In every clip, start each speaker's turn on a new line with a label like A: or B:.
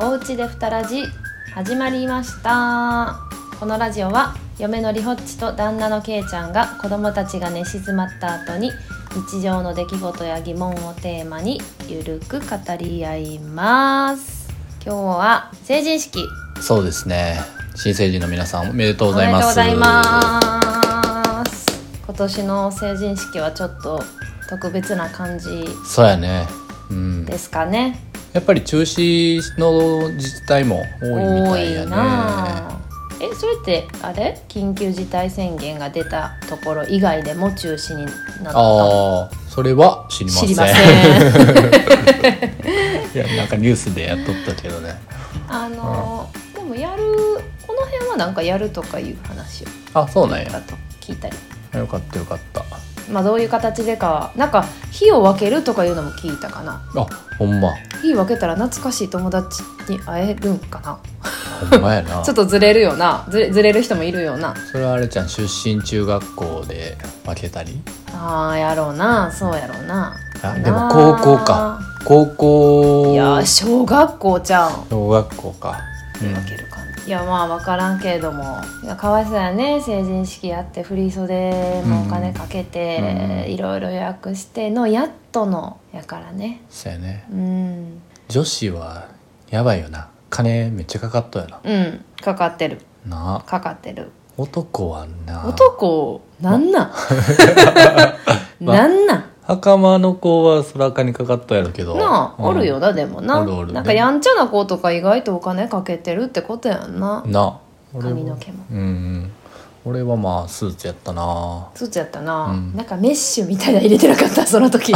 A: おうちでふたラジ始まりましたこのラジオは嫁のりほっちと旦那のけいちゃんが子供たちが寝静まった後に日常の出来事や疑問をテーマにゆるく語り合います今日は成人式
B: そうですね。新成人の皆さんおめでとうございます。
A: おめでとうございます今年の成人式はちょっと特別な感じ
B: そうやね。うん。
A: ですかね
B: やっぱり中止の自治体も多いみ
A: 多
B: たい
A: い
B: やね。
A: なあえそれってあれ緊急事態宣言が出たところ以外でも中止になったの
B: ああ、それは知りませ
A: 知
B: ん。
A: りませ ん
B: いや、なんかニュースでやっとったけどね。
A: あのでもやるこの辺はなんかやるとかいう話を
B: あ、そうな
A: だ
B: んや。
A: と聞いたり
B: よかったよかった。
A: まあどういう形でかはなんか火を分けるとかいうのも聞いたかな
B: あ、ほんま。
A: 火分けたら懐かしい友達に会えるんかな
B: ほんまや な。
A: ちょっとずれるよなずれずれる人もいるよな
B: それはあれちゃん出身中学校で負けたり
A: あーやろうなそうやろうな
B: あでも高校か高校
A: いやー小学校ちゃん
B: 小学校か、うん
A: 分ける感じ、いやまあ分からんけれどもいやかわいそうやね成人式やって振り袖もお金かけて、
B: うん
A: いろいろ予約してのやっとのやからね
B: そうやね
A: うん
B: 女子はやばいよな金めっちゃかかっとやな
A: うんかかってる
B: なあ
A: かかってる
B: 男はな
A: 男なんなん
B: ま
A: なんなん
B: 袴の子はそら金かかっとやろうけど
A: なあ、
B: うん
A: おるよなでもな
B: おるおる
A: なんかやんちゃな子とか意外とお金かけてるってことやんな
B: なあ俺は
A: 髪の毛も
B: うんうん俺はまあスーツやったな
A: そうやったな、
B: うん
A: なんかメッシュみたいなの入れてなかった その 時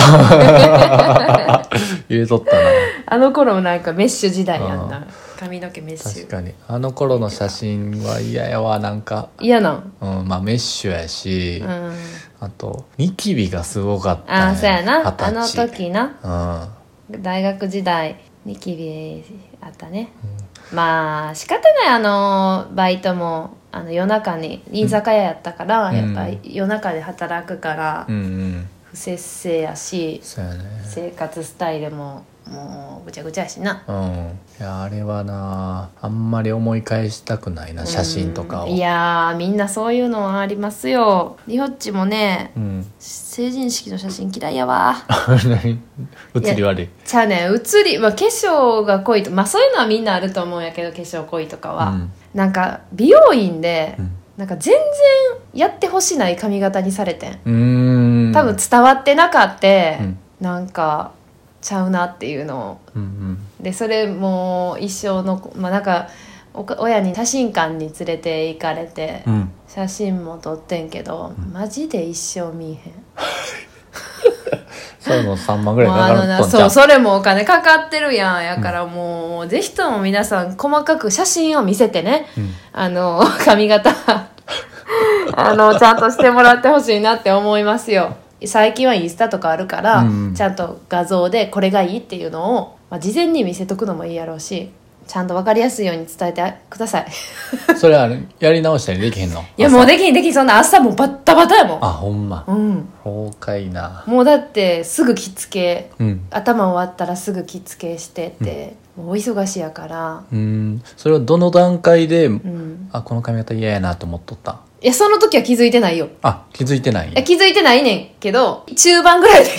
B: 入れとったな
A: あの頃もなんかメッシュ時代やん
B: う
A: な髪の毛メッシュ
B: 確かにあの頃の写真は嫌やわなんか、
A: 嫌なん
B: うん、まあメッシュやし、
A: うんあ
B: あとニキビがすごかった、ね、
A: あそうやな
B: 二十
A: あの
B: 歳
A: 時な
B: うん
A: 大学時代ニキビあったね、まあ仕方ないあのバイトもあの夜中に居酒屋やったから、
B: うん
A: やっぱり夜中で働くから
B: うんうん
A: 不節制やし、
B: そうやね
A: 生活スタイルももうぐちゃぐちゃやしな
B: うんいやあれはなあんまり思い返したくないな写真とかを
A: うんいやーみんなそういうのはありますよリホッチもね
B: うん
A: 成人式の写真嫌いやわ
B: 何写り悪い
A: じゃあね写り、まあ、化粧が濃いとまあそういうのはみんなあると思うんやけど化粧濃いとかは、
B: うん
A: なんか美容院で、
B: うん
A: なんか全然やってほしない髪型にされてん
B: うーん
A: 多分伝わってなかって、
B: うん
A: なんかちゃうなっていうのを
B: うんうん
A: でそれもう一生のまあなんかおか親に写真館に連れて行かれて
B: うん
A: 写真も撮ってんけど、マジで一生見えへん
B: そういうの3万ぐらい
A: もう
B: か
A: あの
B: かる
A: な
B: とんち
A: そ
B: ゃ
A: う
B: う
A: それもお金かかってるやんやからもう、ぜひとも皆さん細かく写真を見せてね、
B: うん
A: あの 髪型あのちゃんとしてもらってほしいなって思いますよ最近はインスタとかあるから、
B: うん
A: ちゃんと画像でこれがいいっていうのを、まあ、事前に見せとくのもいいやろうしちゃんと分かりやすいように伝えてください
B: それあれやり直したりできへんの
A: いやもうできんできんそんな朝もうバッタバタやも
B: あほんま
A: んうん
B: 崩壊な
A: もうだってすぐ着付け
B: うん
A: 頭終わったらすぐ着付けしてって、もうお忙しやから
B: うーんそれはどの段階で
A: うん
B: あこの髪型嫌やなと思っとった
A: いやその時は気づいてないよ
B: あ気づいてないん
A: い
B: や
A: や気づいてないねんけど中盤ぐらいで気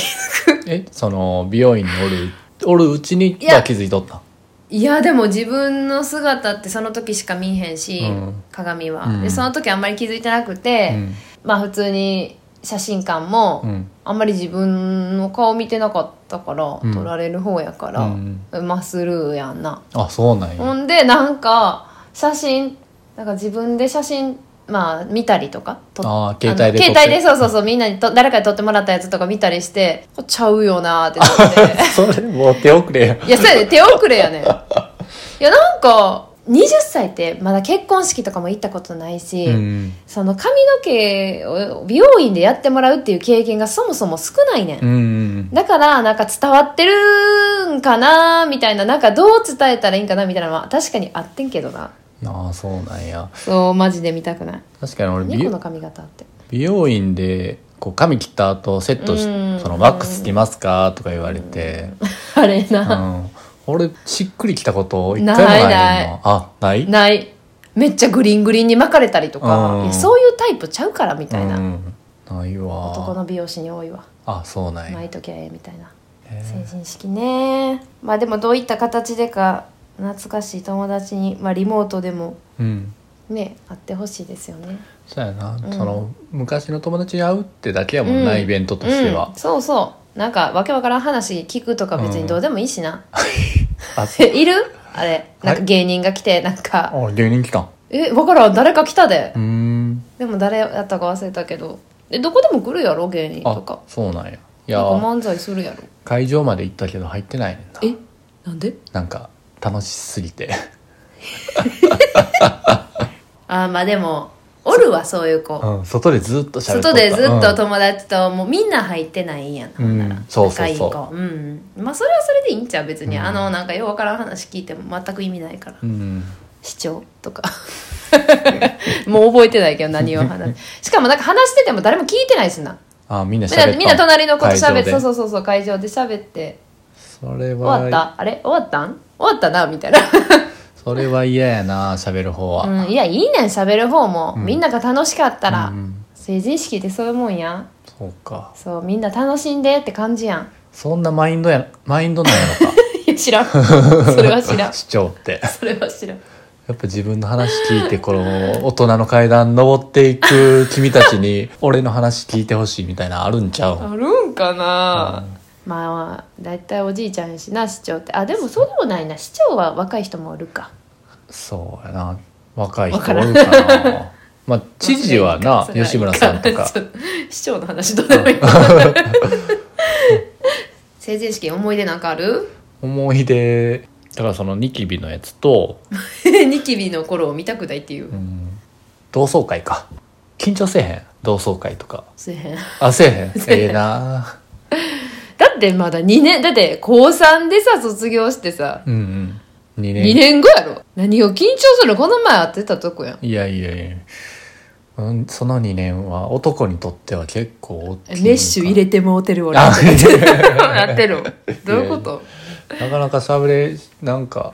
A: づく
B: えその美容院におるおるうちに
A: いや
B: は気づいとった
A: いやでも自分の姿ってその時しか見えへんし、
B: うん
A: 鏡は、
B: うん
A: でその時あんまり気づいてなくて、まあ普通に写真館も、
B: うん
A: あんまり自分の顔見てなかったから、
B: うん
A: 撮られる方やから、
B: うん
A: まあスルーやんな
B: あそうなんや
A: ほんでなんか写真なんか自分で写真まあ見たりとかと
B: あー携帯で撮
A: あ
B: って
A: の携帯でそうそうそうみんなにと誰かに撮ってもらったやつとか見たりしてこれちゃうよなーってな って
B: それもう手遅れや
A: いやそうやね手遅れやねんいやなんか20歳ってまだ結婚式とかも行ったことないし、
B: うん
A: その髪の毛を美容院でやってもらうっていう経験がそもそも少ないねん
B: うんうん
A: だから、なんか伝わってるんかなみたいな、なんかどう伝えたらいいんかなみたいなのは確かにあってんけどな。
B: ああそうなんや
A: そう、マジで見たくない。
B: 確かに俺
A: 猫
B: 美
A: の髪型って。
B: 美容院でこう髪切った後セットし
A: うん
B: そのワックスつきますかとか言われて
A: あれ
B: う
A: な。
B: ん俺しっくりきたこと一回もないよ
A: ないない
B: あない
A: ないめっちゃグリングリンに巻かれたりとか、
B: うん
A: いやそういうタイプちゃうからみたいな、
B: うん、ないわ
A: 男の美容師に多いわ
B: あそうなんや
A: 巻いときゃええみたいな
B: へ
A: 成人式ねまあでもどういった形でか懐かしい友達に、まあ、リモートでも
B: ーうん
A: ね会ってほしいですよね
B: そうやな、
A: ん
B: その昔の友達に会うってだけやもんな、
A: うん
B: イベントとしては、
A: うんそうそうなんかわけわからん話聞くとか別にどうでもいいしな、
B: あそ
A: いるあれなんか芸人が来てなんか
B: うあ芸人来たん
A: 「えわからん誰か来たで
B: うーん
A: でも誰やったか忘れたけどえどこでも来るやろ芸人と
B: あ
A: か
B: そうなんやい
A: な
B: や
A: んか漫才するやろ
B: 会場まで行ったけど入ってないねんな
A: えなんで
B: なんか楽しすぎて
A: あーまあでもおるわそう いう子
B: うん外でずっと喋っとった
A: 外でずっと
B: うん
A: 友達と、もうみんな入ってないんやな,、
B: うん
A: なら
B: そうそ
A: 仲
B: うそう
A: いい子うんまあそれはそれでいいんちゃう別に、
B: うん
A: あのなんかようわからん話聞いても全く意味ないから、
B: うん
A: 視聴と かもう覚えてないけど何を話しかもなんか話してても誰も聞いてないしな
B: あみんな
A: みんな
B: 喋った
A: みんな隣の子と喋ってそう
B: う
A: そうそうそう会場で喋って
B: それ
A: 終わっ
B: は
A: たあれ終わったん終わったなみたいな、
B: それは嫌やな喋る方 は、
A: うん、いやいいねん喋る方も、みんなが楽しかったら、
B: うん
A: 成人式ってそういうもんやん
B: そうか
A: そうみんな楽しんでって感じやん
B: そんなマインドやマインドなんやろか
A: いや知らんそれは 知らん
B: 市長って
A: それは知らん
B: やっぱ自分の話聞いてこの大人の階段登っていく君た ちに俺の話聞いてほしいみたいなのあるんちゃう
A: あるんかな、まあだいたいおじいちゃんやしな市長ってあでもそうでもないな市長は若い人もおるか
B: そうやな若い人
A: わ
B: お
A: からん
B: るかなまあ知事は な
A: それはいいか
B: 吉村さんと か
A: そう市長の話どうで もいい成人式思い出なんかある
B: 思い出だからそのニキビのやつと、
A: ニキビの頃を見たくないっていう、
B: うん同窓会か緊張せえへん同窓会とか
A: せえへん
B: あせえへん ええな
A: だってまだ2年だって高3でさ卒業してさ、
B: うんうん2
A: 2年後やろ何を緊張するのこの前会ってたとこやん
B: いやいやいや、うん、その2年は男にとっては結構大きいんか
A: メッシュ入れてもうてる俺
B: あ
A: なってるどういうこと
B: なかなか喋れなんか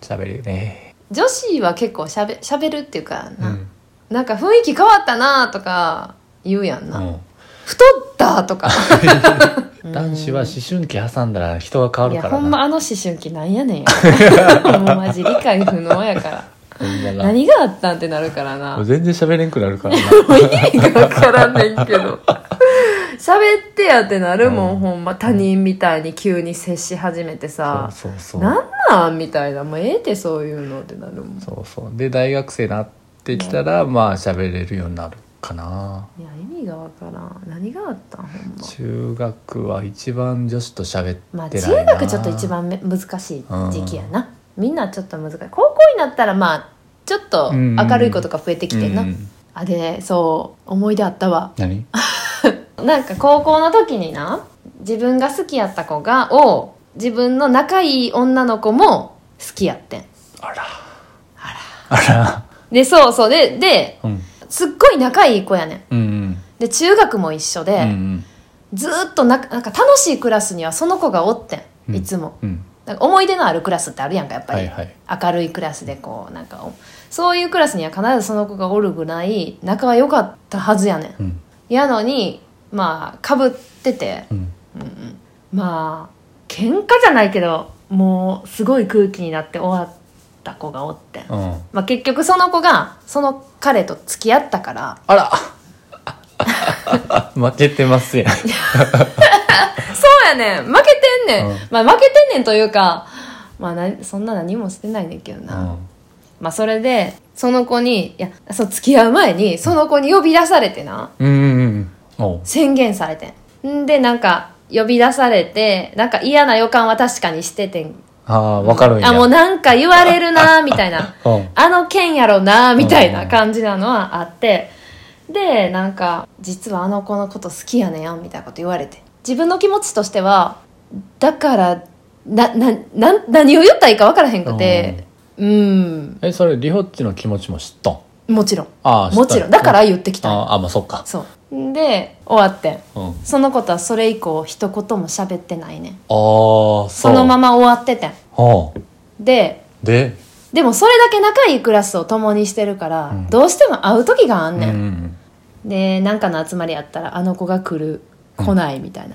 B: 喋れね
A: 女子は結構しゃべしゃべるっていうか
B: う
A: な,、
B: ん、
A: なんか雰囲気変わったなとか言うやん
B: う
A: な、
B: ん、
A: 太ったとか
B: 男子は思春期挟んだら人が変わ
A: い
B: る
A: や
B: か
A: ほ
B: ら
A: ん
B: な
A: まあの思春期なんやねん よもうマジ理解不能やから
B: ほんまな
A: 何があったんってなるからな
B: もう
A: も
B: 全然喋れんくなるからな
A: う意味が分からんねんけ ど喋ってやってなるもん、
B: うん
A: ほんま他人みたいに急に接し始めてさ、
B: そうそうそう
A: なんなんみたいなもうええってそういうのってなるもん
B: そうそうで大学生になってきたら、まあ喋れるようになるかない
A: や意味がわからん何があったんほんま
B: 中学は一番女子と喋って
A: ま
B: な
A: あ
B: い
A: 中
B: な、
A: 学ちょっと一番め難しい時期やな、みんなちょっと難しい高校になったらまあちょっと明るい子とか増えてきてんな、
B: うんうん
A: あでそう思い出あったわ
B: 何
A: なんか高校の時にな自分が好きやった子がを自分の仲いい女の子も好きやってん
B: あらあら
A: でそうそうでで
B: うん
A: すっごい仲いい子やねん
B: うんうん
A: で中学も一緒で、
B: うん
A: ずーっとななんか楽しいクラスにはその子がおって
B: うんん
A: いつも、
B: うん
A: なんか思い出のあるクラスってあるやんかやっぱり、
B: はいはい
A: 明るいクラスでこうなんかおそういうクラスには必ずその子がおるぐらい仲は良かったはずやねん、
B: うん
A: やのにまあかぶってて、
B: うん
A: まあ喧嘩じゃないけどもうすごい空気になって終わった子がおってん、
B: うん
A: まあ、結局その子がその彼と付き合ったから
B: あら 負けてますやん
A: そうやねん負けてんねん、
B: うん
A: まあ負けてんねんというかまあなそんな何もしてないねんけどな、まあそれでその子にいやそう付き合う前にその子に呼び出されてな
B: うんうんうんおう
A: 宣言されてんんでなんか呼び出されてなんか嫌な予感は確かにしててん
B: ああ分かるんや
A: あもうなんか言われるなみたいな
B: うん
A: あの件やろなみたいな感じなのはあってでなんか実はあの子のこと好きやねんみたいなこと言われて自分の気持ちとしてはだからななな何を言ったらいいか分からへんくてうん
B: えそれリホッチの気持ちも知っとん
A: もちろん
B: ああ知っと
A: もちろんだから言ってきたんよ
B: ああまあそっか
A: そうで終わってん
B: うん、あ
A: そのことはそれ以降一言も喋ってないねん
B: あそう
A: そのまま終わっててん
B: うん
A: で
B: で、
A: でもそれだけ仲いいクラスを共にしてるから、
B: うん
A: どうしても会う時があん
B: う
A: ねん、
B: ん、
A: でなんかの集まりあったらあの子が来る来ないみたいな、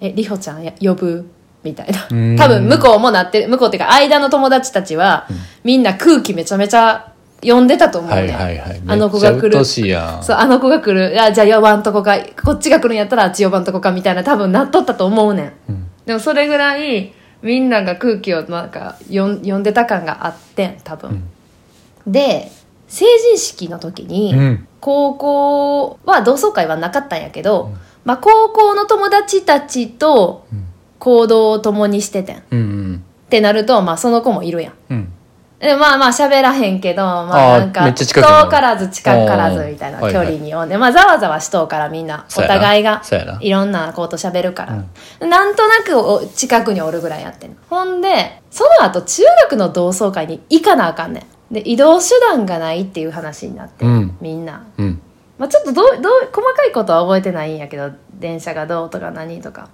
A: えりほちゃんや呼ぶみたいな
B: うん
A: 多分向こうもなってる向こうっていうか間の友達たちは、みんな空気めちゃめちゃ呼んでたと思う
B: は
A: ねん、
B: いはいはい
A: あの子が来
B: めっちゃ
A: る
B: 鬱陶しいやん
A: そう、あの子が来る。あじゃあ4番とこか。こっちが来るんやったらあっち4番とこかみたいな多分なっとったと思うねん。
B: うん
A: でもそれぐらいみんなが空気をなんかよん読んでた感があってん、多分。で、成人式の時に、
B: うん
A: 高校は同窓会はなかったんやけど、まあ高校の友達たちと行動を共にしててん。っ
B: うんうん
A: てなると、まあその子もいるやん。
B: うん
A: でまあまあ喋らへんけど、ま
B: あ
A: あ
B: ー
A: なんか、
B: めっちゃ近くな
A: 遠からず近からずみたいな
B: あーは
A: 距
B: いはい
A: 離におんで、まあざわざわしとうからみんな、お
B: そうやな
A: 互いが
B: そうやない
A: ろんな子と喋るから、なんとなくお近くにおるぐらいやってん。ほんで、その後中学の同窓会に行かなあかんねん。で、移動手段がないっていう話になって、
B: うん
A: みんな。
B: うん
A: まあちょっとどう、どう、細かいことは覚えてないんやけど、電車がどうとか何とか。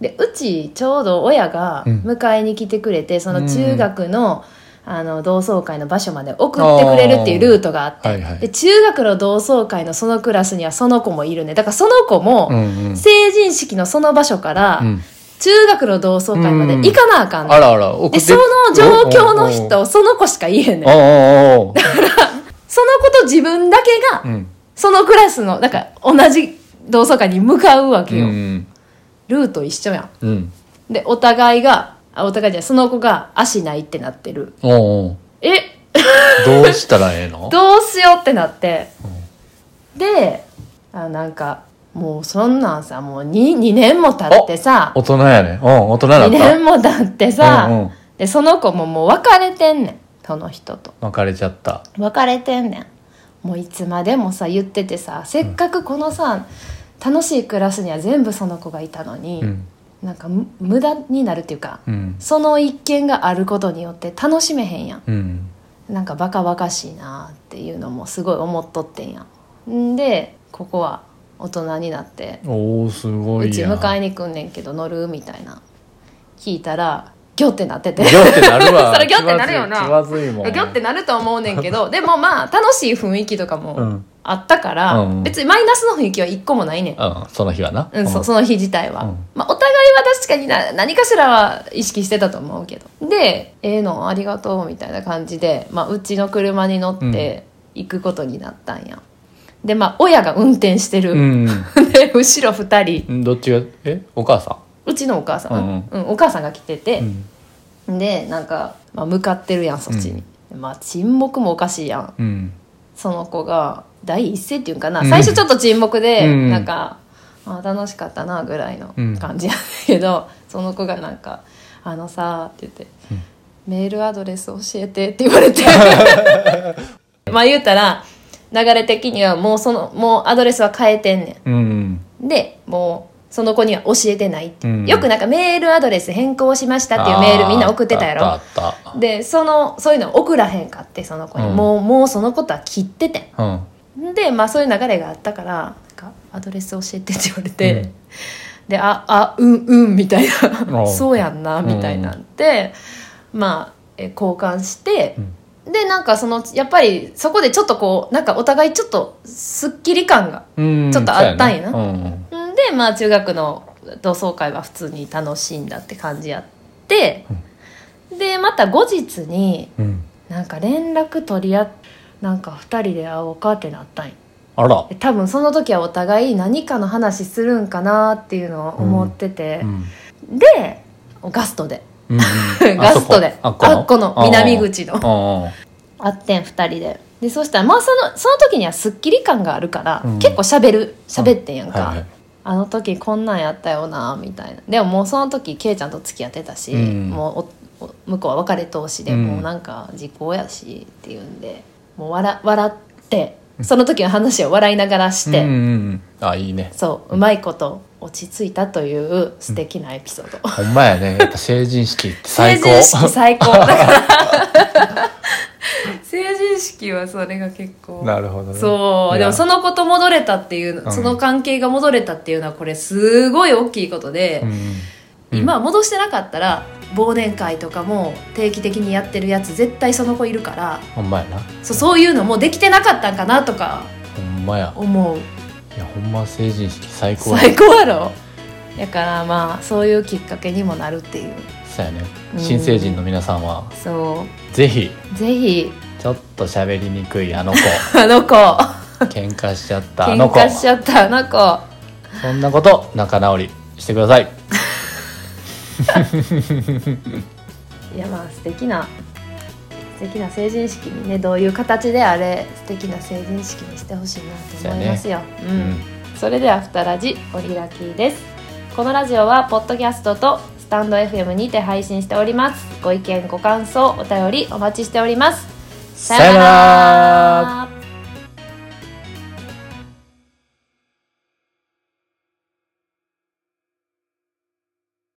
A: で、うち、ちょうど親が
B: うん
A: 迎えに来てくれて、その中学の、あの、同窓会の場所まで送ってくれるっていうルートがあって、
B: はいはい
A: で、中学の同窓会のそのクラスにはその子もいるね。だからその子も、
B: うんうん
A: 成人式のその場所から、
B: うん
A: 中学の同窓会まで行かなあかんね
B: あらあら送
A: で、
B: って
A: その状況の人、その子しか言えん
B: お
A: ねん。
B: うおうおうおう
A: その子と自分だけが、
B: うん
A: そのクラスの、なんか同じ同窓会に向かうわ
B: う
A: けよ。
B: ん
A: ルート一緒や
B: うん
A: ん。で、お互いが、あ、お互いじゃないその子が足ないってなってる。
B: おうおう
A: え、
B: どうしたらええの
A: どうしようってなって。で、あ、なんか、もうそんなんさ、もう 2, 2年も経ってさ、
B: 大人やねうん大人
A: 2
B: だっ
A: 年も経って
B: た
A: さ、
B: うんうん
A: で、その子ももう別れてんねん。その人と。
B: 別れちゃった
A: 別れてんねんもういつまでもさ言っててさせっかくこのさ、楽しいクラスには全部その子がいたのに、
B: うん
A: なんかむ無駄になるっていうか、
B: うん
A: その一件があることによって楽しめへんやん
B: うん
A: なんかバカバカしいなっていうのもすごい思っとってんやんんでここは大人になって
B: おおすご
A: う
B: い
A: ち
B: やん
A: 迎えに来んねんけど乗るみたいな聞いたらギョってなってて
B: ギョってなる わ
A: それギョってなるよな
B: 気まずい気まず いもん
A: ギョってなると思うねんけどでもまあ楽しい雰囲気とか
B: う
A: も
B: ん
A: あったから、
B: うん
A: 別にマイナスの雰囲気は一個もないねん、
B: うんその日はな
A: うんそその日自体は、
B: うん
A: まあ、お互いは確かにな何かしらは意識してたと思うけどでええのありがとうみたいな感じで、まあ、うちの車に乗って行くことになったんや、でまあ親が運転して
B: う
A: る、
B: ん
A: で後ろ2人
B: うんどっちがえお母さ
A: うちのお母さん、
B: う
A: うんお母さんが来てて、
B: んうん
A: でなんか、まあ、向かってるやんそっちに、まあ沈黙もおかしいやん
B: うん
A: その子が第一声っていうんかな、
B: うん
A: 最初ちょっと沈黙で、
B: うん
A: なんか「あ楽しかったな」ぐらいの感じやねんけど、その子がなんか「あのさ」って言って、メールアドレス教えて」って言われ てまあ言うたら流れ的にはもうそのもうアドレスは変えてんね
B: うん
A: んでもうその子には教えてないって、
B: うん
A: よくなんかメールアドレス変更しましたっていうメールみんな送ってたやろ
B: あったあったあっ
A: でそのそういうの送らへんかってその子に、
B: うん
A: もうもうそのことは切っててん
B: たうん
A: でまあそういう流れがあったからなんかアドレス教えてって言われて、
B: うん
A: でああうんうんみたいな
B: あ
A: そうやんなみたいなんで、まあえ交換して、でなんかそのやっぱりそこでちょっとこうなんかお互いちょっとすっきり感が
B: うん
A: ちょっとあったんやな
B: そううん
A: んでまあ中学の同窓会は普通に楽しんだって感じやって、でまた後日に
B: うん
A: なんか連絡取り合っなんか2人で会おうかってなったんや
B: あら
A: で多分その時はお互い何かの話するんかなっていうのを思ってて
B: う、ん
A: でガストで
B: うんうん
A: ガストで
B: あそこ
A: あっこの南口の
B: あ
A: 会ってん2人ででそしたらまあそのその時にはすっきり感があるから、
B: うん
A: 結構しゃべるしゃべってんやん
B: あ
A: か、
B: はいはい
A: あの時こんなんやったよなみたいなでももうその時ケイちゃんと付き合ってたし、
B: うん
A: もうおお向こうは別れ通しで、
B: うん
A: もうなんか時効やしっていうんでもう笑笑ってその時の話を笑いながらして、
B: うんうんうんあいいね
A: そううまいこと落ち着いたという素敵なエピソード、
B: ほんまやねやっぱ成人式って最高
A: 成人式最高だから成人式時はそれが結構
B: なるほどね
A: そ
B: いうや
A: でもその子と戻れたっていう、
B: うん
A: その関係が戻れたっていうのはこれすごい大きいことで、
B: うん
A: 今は戻してなかったら忘年会とかも定期的にやってるやつ絶対その子いるから
B: ほんまやな
A: そうそういうのもできてなかったんかなとか
B: ほんまや
A: 思う
B: いやほんま成人式最高や
A: 最高やろだからまあそういうきっかけにもなるっていう
B: そうやね
A: うん
B: 新成人の皆さんは
A: そ
B: ぜひ
A: うぜひ
B: ちょっと喋りにく い あの子
A: あの子
B: 喧嘩しちゃったあ
A: 喧
B: の子
A: 嘩しちゃったあの子
B: そんなこと仲直りしてください
A: いやまあ素敵な素敵な成人式にねどういう形であれ素敵な成人式にしてほしいなと思いますよ。う
B: うん
A: それでは「ふたラジ」お開きですこのラジオはポッドキャストとスタンド FM にて配信しておりますご意見ご感想お便りお待ちしております
B: さよなら
A: ら